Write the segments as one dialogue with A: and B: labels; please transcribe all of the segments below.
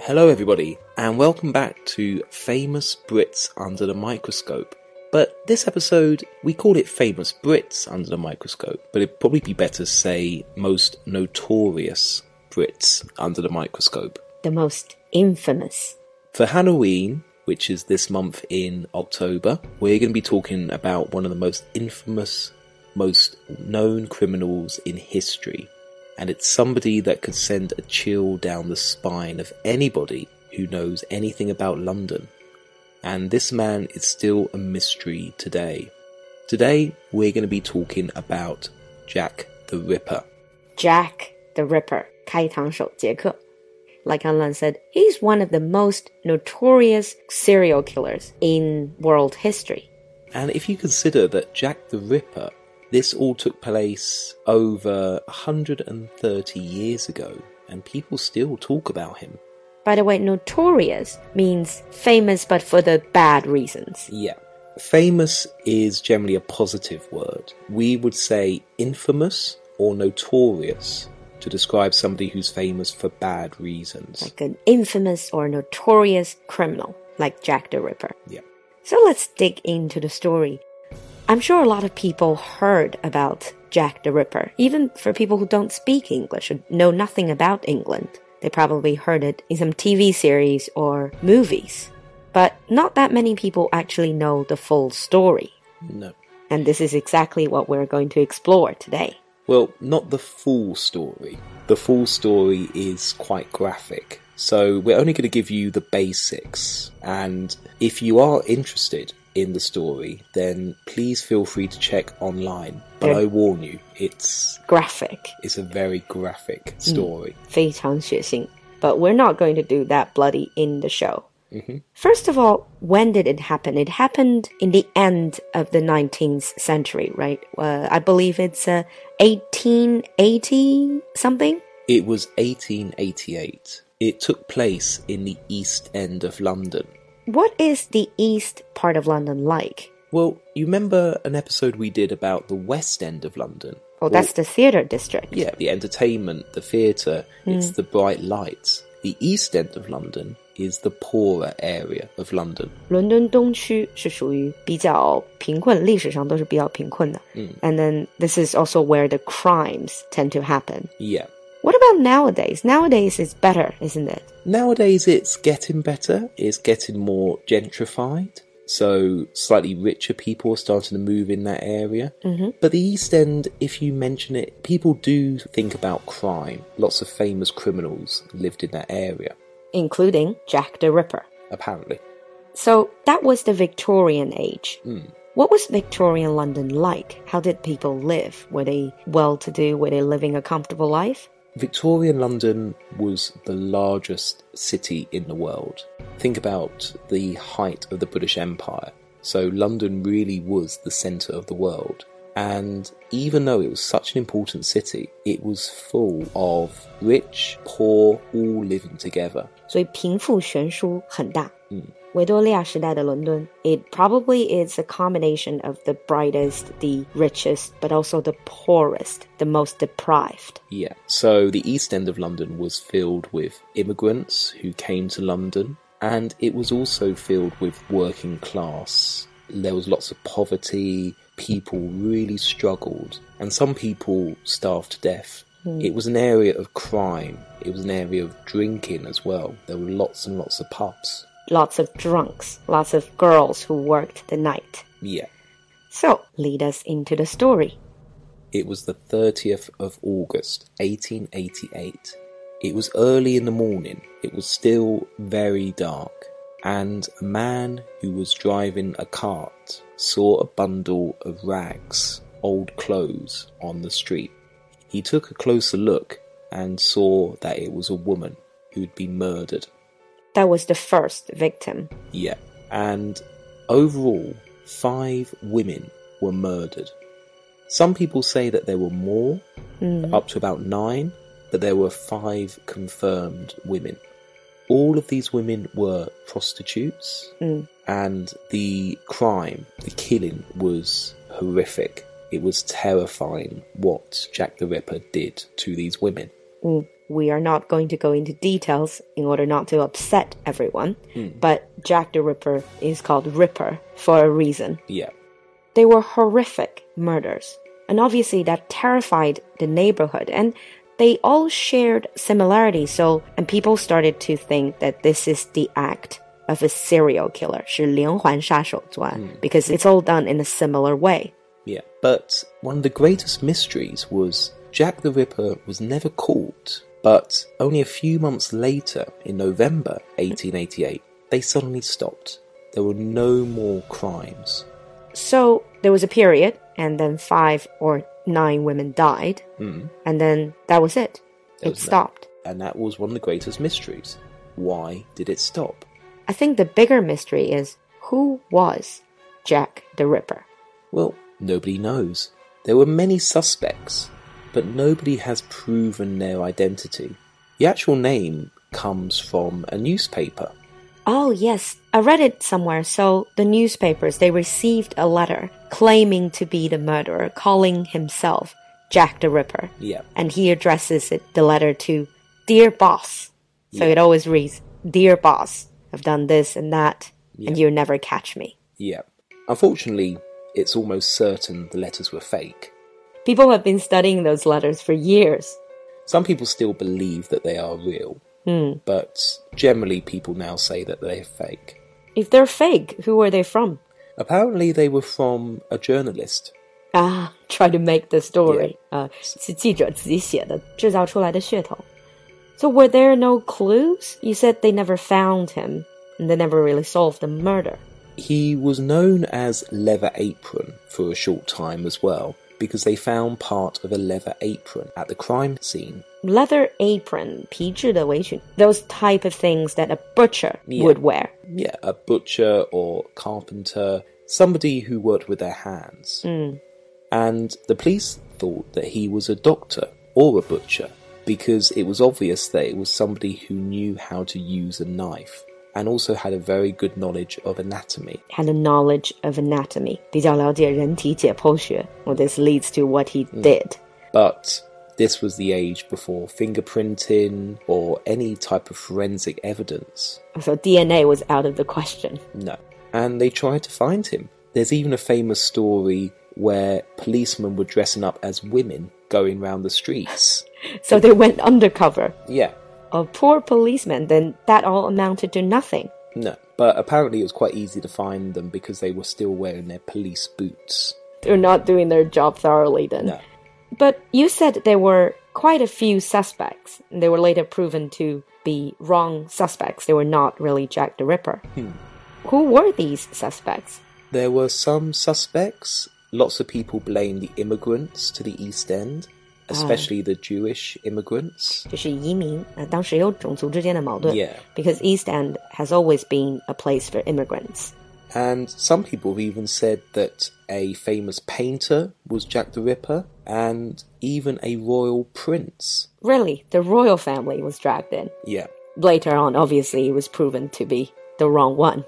A: Hello, everybody, and welcome back to Famous Brits Under the Microscope. But this episode, we called it Famous Brits Under the Microscope, but it'd probably be better to say Most Notorious Brits Under the Microscope.
B: the most infamous.
A: For Halloween, which is this month in October, we're going to be talking about one of the most infamous, most known criminals in history. And it's somebody that could send a chill down the spine of anybody who knows anything about London. And this man is still a mystery today. Today, we're going to be talking about Jack the Ripper.
B: Jack the Ripper, 开膛手杰克. Like Anlan said, he's one of the most notorious serial killers in world history.
A: And if you consider that Jack the Ripper, this all took place over 130 years ago, and people still talk about him.
B: By the way, notorious means famous but for the bad reasons.
A: Yeah. Famous is generally a positive word. We would say infamous or notorious to describe somebody who's famous for bad reasons.
B: Like an infamous or notorious criminal, like Jack the Ripper.
A: Yeah.
B: So let's dig into the story. I'm sure a lot of people heard about Jack the Ripper, even for people who don't speak English or know nothing about England. They probably heard it in some TV series or movies. But not that many people actually know the full story.
A: No.
B: And this is exactly what we're going to explore today.
A: Well, not the full story. The full story is quite graphic. So we're only going to give you the basics. And if you are interested in the story, then please feel free to check online. But
B: Yeah.
A: I warn you, it's
B: Graphic.
A: it's a very graphic
B: Hmm.
A: story.
B: 非常血腥, but we're not going to do that bloody in the show. First of all, when did it happen? It happened in the end of the 19th century, right? Uh, I believe it's uh, 1880 something.
A: It was 1888. It took place in the East End of London.
B: What is the east part of London like?
A: Well, you remember an episode we did about the West End of London?
B: Oh, that's the theater district.
A: Yeah, Mm. the entertainment, the theatre, it's the bright lights. The East End of London is the poorer area of London.
B: 伦敦东区是属于比较贫困，历史上都是比较贫困的。And then this is also where the crimes tend to happen.
A: Yeah.
B: What about nowadays? Nowadays it's better, isn't it?
A: Nowadays it's getting better, it's getting more gentrified. So slightly richer people are starting to move in that area. Mm-hmm. But the East End, if you mention it, people do think about crime. Lots of famous criminals lived in that area,
B: including Jack the Ripper.
A: apparently.
B: So that was the Victorian age.
A: Hmm.
B: What was Victorian London like? How did people live? Were they well to do? Were they living a comfortable life?
A: Victorian London was the largest city in the world. Think about the height of the British Empire. So London really was the centre of the world. And even though it was such an important city, it was full of rich, poor, all living together.
B: 所以贫富悬殊很大。维多利亚时代的伦敦, it probably is a combination of the brightest, the richest, but also the poorest, the most deprived.
A: Yeah. So the East End of London was filled with immigrants who came to London, and it was also filled with working class. There was lots of poverty, people really struggled, and some people starved to death. It was an area of crime, it was an area of drinking as well. There were lots and lots of pubs.
B: Lots of drunks, lots of girls who worked the night.
A: Yeah.
B: So, lead us into the story.
A: It was the 30th of August, 1888. It was early in the morning. It was still very dark. And a man who was driving a cart saw a bundle of rags, old clothes, on the street. He took a closer look and saw that it was a woman who'd been murdered.
B: That was the first victim.
A: Yeah. And overall, five women were murdered. Some people say that there were more, up to about nine, but there were five confirmed women. All of these women were prostitutes, and the crime, the killing, was horrific. It was terrifying what Jack the Ripper did to these women.
B: Mm, We are not going to go into details in order not to upset everyone, but Jack the Ripper is called Ripper for a reason.
A: Yeah.
B: They were horrific murders, and obviously that terrified the neighborhood, and they all shared similarities, so, and people started to think that this is the act of a serial killer, 是连环杀手作案, because it's all done in a similar way.
A: Yeah, but one of the greatest mysteries was Jack the Ripper was never caught, but only a few months later, in November 1888, they suddenly stopped. There were no more crimes.
B: So there was a period, and then five or nine women died, and then that was it.
A: That
B: it
A: was that.
B: stopped.
A: And that was one of the greatest mysteries. Why did it stop?
B: I think the bigger mystery is who was Jack the Ripper?
A: Well, nobody knows. There were many suspects, but nobody has proven their identity. The actual name comes from a newspaper.
B: Oh, yes, I read it somewhere. So the newspapers, they received a letter claiming to be the murderer, calling himself Jack the Ripper.
A: Yeah,
B: And he addresses it, the letter to Dear Boss. So
A: Yeah.
B: it always reads, Dear Boss, I've done this and that, and you'll never catch me.
A: Yeah. Unfortunately, it's almost certain the letters were fake.
B: People have been studying those letters for years.
A: Some people still believe that they are real,
B: Hmm.
A: but generally people now say that they're fake.
B: If they're fake, who are they from?
A: Apparently, they were from a journalist.
B: Ah, try to make the story. Uh, 是记者自己写的，制造出来的噱头. So were there no clues? You said they never found him, and they never really solved the murder.
A: He was known as Leather Apron for a short time as well, because they found part of a leather apron at the crime scene.
B: Leather apron, 皮质的围裙, those type of things that a butcher
A: Yeah.
B: would wear.
A: Yeah, a butcher or carpenter, somebody who worked with their hands. And the police thought that he was a doctor or a butcher because it was obvious that it was somebody who knew how to use a knife and also had a very good knowledge of anatomy.
B: Had a knowledge of anatomy. 比较了解人体解剖学. Well, this leads to what he did.
A: But this was the age before fingerprinting or any type of forensic evidence.
B: So DNA was out of the question.
A: No. And they tried to find him. There's even a famous story where policemen were dressing up as women going round the streets.
B: So they went undercover.
A: yeah,
B: a poor policeman, then that all amounted to nothing.
A: no. But apparently it was quite easy to find them because they were still wearing their police boots.
B: They're not doing their job thoroughly then.
A: No.
B: But you said there were quite a few suspects, and they were later proven to be wrong suspects. They were not really Jack the Ripper. Who were these suspects?
A: Hmm. There were some suspects. Lots of people blame the immigrants to the East End, especially the Jewish immigrants.
B: 就是移民，呃，当时有种族之间的矛盾。
A: Yeah.
B: Because East End has always been a place for immigrants.
A: And some people have even said that a famous painter was Jack the Ripper, and even a royal prince.
B: Really, the royal family was dragged in.
A: Yeah.
B: later on, obviously, it was proven to be the wrong one.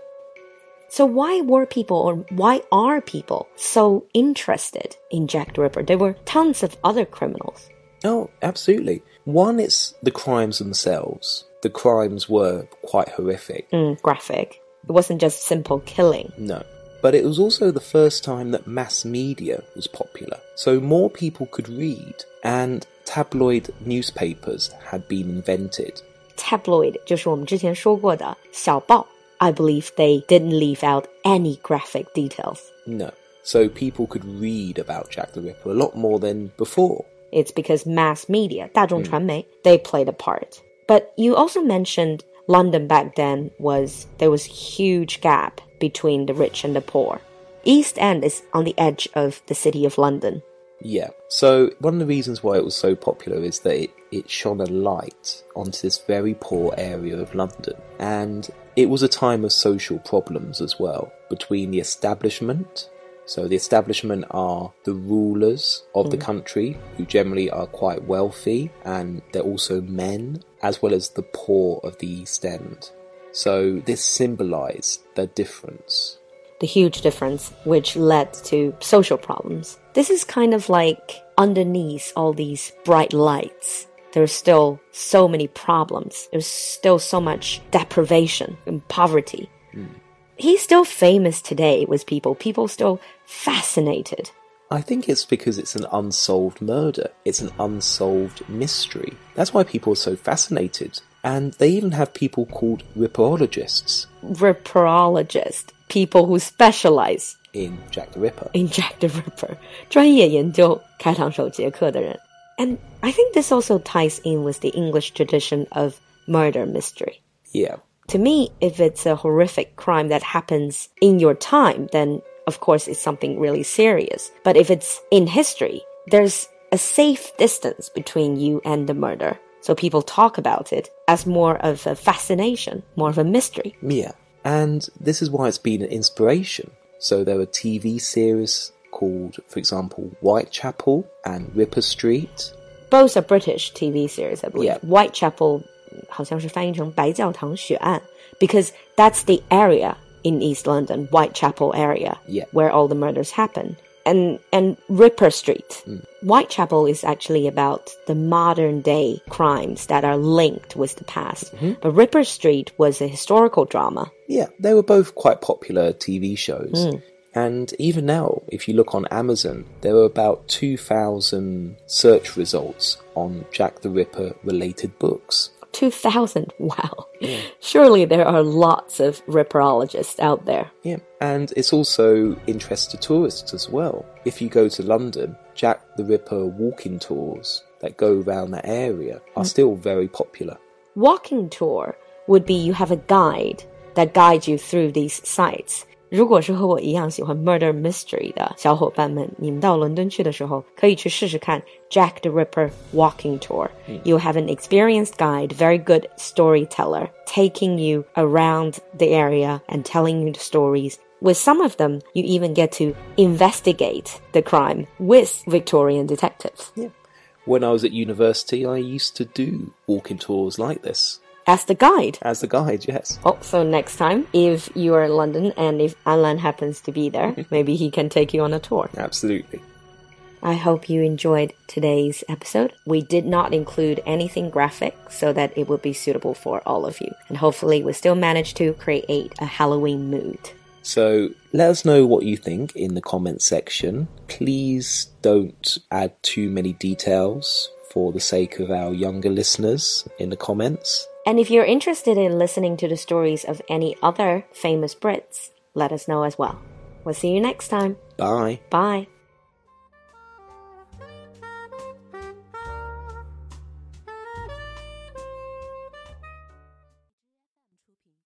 B: So, why were people, or why are people, so interested in Jack the Ripper? There were tons of other criminals.
A: Oh, absolutely. One, it's the crimes themselves. The crimes were quite horrific.
B: Mm, graphic. It wasn't just simple killing.
A: No. But it was also the first time that mass media was popular. So more people could read, and tabloid newspapers had been invented.
B: Tabloid, 就是我们之前说过的小报. I believe they didn't leave out any graphic details.
A: No. So people could read about Jack the Ripper a lot more than before.
B: It's because mass media, 大众传媒, they played a part. But you also mentioned London back then was there was huge gap between the rich and the poor. East End is on the edge of the city of London.
A: Yeah. So one of the reasons why it was so popular is that it, it shone a light onto this very poor area of London. And it was a time of social problems as well between the establishment. So the establishment are the rulers of the country who generally are quite wealthy and they're also men as well as the poor of the East End. So this symbolized the difference.
B: The huge difference which led to social problems. This is kind of like underneath all these bright lights. there's still so many problems. There's still so much deprivation and poverty.
A: Mm.
B: He's still famous today with people. People still fascinated.
A: I think it's because it's an unsolved murder. It's an unsolved mystery. That's why people are so fascinated. And they even have people called ripperologists
B: Ripperologists, people who specialize
A: in Jack the Ripper.
B: in Jack the Ripper, 专业研究开膛手杰克的人. And I think this also ties in with the English tradition of murder mystery.
A: Yeah.
B: To me, if it's a horrific crime that happens in your time, then of course it's something really serious. But if it's in history, there's a safe distance between you and the murder. So people talk about it as more of a fascination, more of a mystery.
A: Yeah. And this is why it's been an inspiration. So there are TV series called, for example, Whitechapel and Ripper Street.
B: both are British TV series, I believe.
A: Yeah.
B: Whitechapel 好像是翻译成白教堂血案 because that's the area in East London, Whitechapel area,
A: Yeah.
B: where all the murders happen. And and Ripper Street.
A: Mm.
B: Whitechapel is actually about the modern day crimes that are linked with the past.
A: Mm-hmm.
B: But Ripper Street was a historical drama.
A: Yeah, they were both quite popular TV shows. And even now, if you look on Amazon, there are about 2,000 search results on Jack the Ripper related books.
B: 2000. Wow. Surely there are lots of ripperologists out there.
A: Yeah, and it's also interest to tourists as well. If you go to London, Jack the Ripper walking tours that go around that area are still very popular.
B: walking tour would be you have a guide that guides you through these sites. 如果是和我一样喜欢 murder mystery 的小伙伴们，你们到伦敦去的时候，可以去试试看 Jack the Ripper walking tour. You have an experienced guide, very good storyteller, taking you around the area and telling you the stories. With some of them, you even get to investigate the crime with Victorian detectives.
A: When I was at university, I used to do walking tours like this
B: As the guide,
A: as the guide, yes.
B: Oh, so next time, if you are in London and if Alan happens to be there, maybe he can take you on a tour.
A: Absolutely.
B: I hope you enjoyed today's episode. We did not include anything graphic so that it would be suitable for all of you. And hopefully, we still managed to create a Halloween mood.
A: So let us know what you think in the comments section. Please don't add too many details for the sake of our younger listeners in the comments.
B: And if you're interested in listening to the stories of any other famous Brits, let us know as well. We'll see you next time.
A: Bye.
B: Bye.